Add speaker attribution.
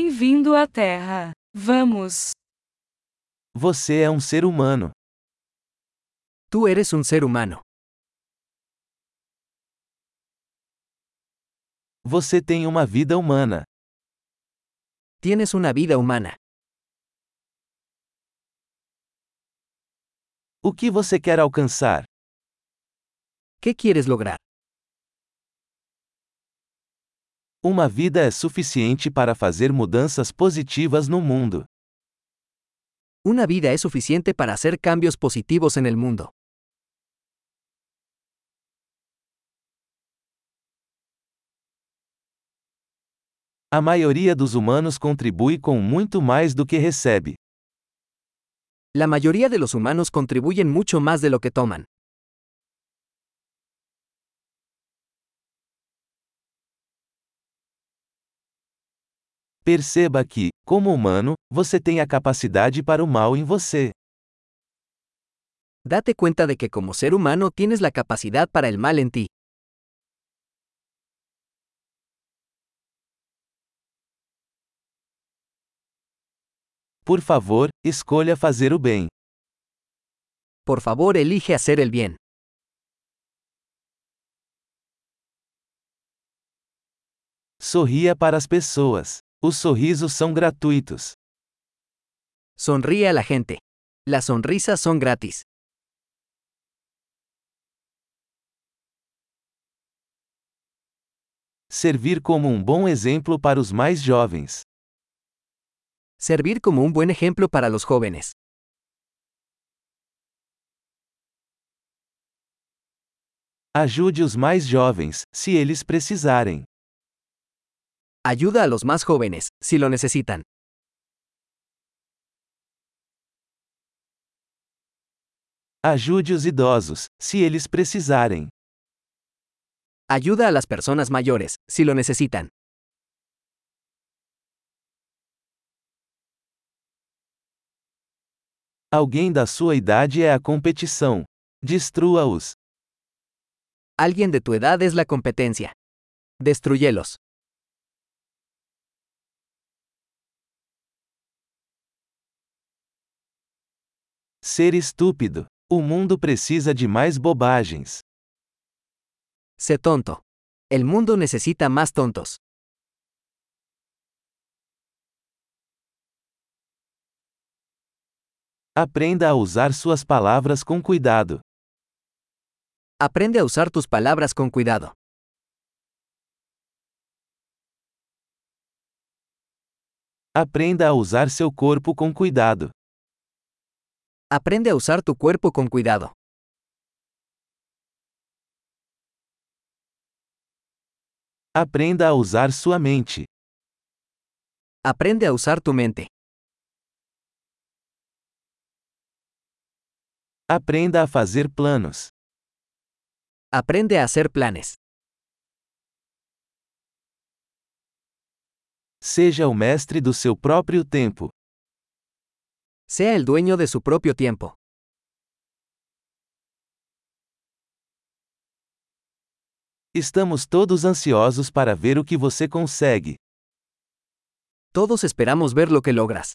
Speaker 1: Bem-vindo à Terra. Vamos.
Speaker 2: Você é um ser humano.
Speaker 3: Tú eres un ser humano.
Speaker 2: Você tem uma vida humana.
Speaker 3: Tienes una vida humana.
Speaker 2: O que você quer alcançar?
Speaker 3: ¿Qué quieres lograr?
Speaker 2: Uma vida é suficiente para fazer mudanças positivas no mundo.
Speaker 3: Una vida es suficiente para hacer cambios positivos en el mundo.
Speaker 2: A maioria dos humanos contribui com muito mais do que recebe.
Speaker 3: La mayoría de los humanos contribuyen mucho más de lo que toman.
Speaker 2: Perceba que, como humano, você tem a capacidade para o mal em você.
Speaker 3: Date cuenta de que como ser humano tienes la capacidad para el mal en ti.
Speaker 2: Por favor, escolha fazer o bem.
Speaker 3: Por favor, elige hacer el bien.
Speaker 2: Sorria para as pessoas. Os sorrisos são gratuitos.
Speaker 3: Sonríe a la gente. Las sonrisas son gratis.
Speaker 2: Servir como um bom exemplo para os mais jovens.
Speaker 3: Servir como un buen ejemplo para los jóvenes.
Speaker 2: Ajude os mais jovens, se eles precisarem.
Speaker 3: Ayuda a los más jóvenes, si lo necesitan.
Speaker 2: Ajude os idosos, se eles precisarem.
Speaker 3: Ayuda a las personas mayores, si lo necesitan.
Speaker 2: Alguém da sua idade é a competição. Destrua-os.
Speaker 3: Alguien de tu edad es la competencia. Destruyelos.
Speaker 2: Ser estúpido. O mundo precisa de mais bobagens.
Speaker 3: Sé tonto. El mundo necesita más tontos.
Speaker 2: Aprenda a usar suas palavras com cuidado.
Speaker 3: Aprende a usar tus palabras con cuidado.
Speaker 2: Aprenda a usar seu corpo com cuidado.
Speaker 3: Aprende a usar tu cuerpo con cuidado.
Speaker 2: Aprenda a usar sua mente.
Speaker 3: Aprende a usar tu mente.
Speaker 2: Aprenda a fazer planos.
Speaker 3: Aprende a hacer planes.
Speaker 2: Seja o mestre do seu próprio tempo.
Speaker 3: Sea el dueño de su propio tiempo.
Speaker 2: Estamos todos ansiosos para ver o que você consegue.
Speaker 3: Todos esperamos ver lo que logras.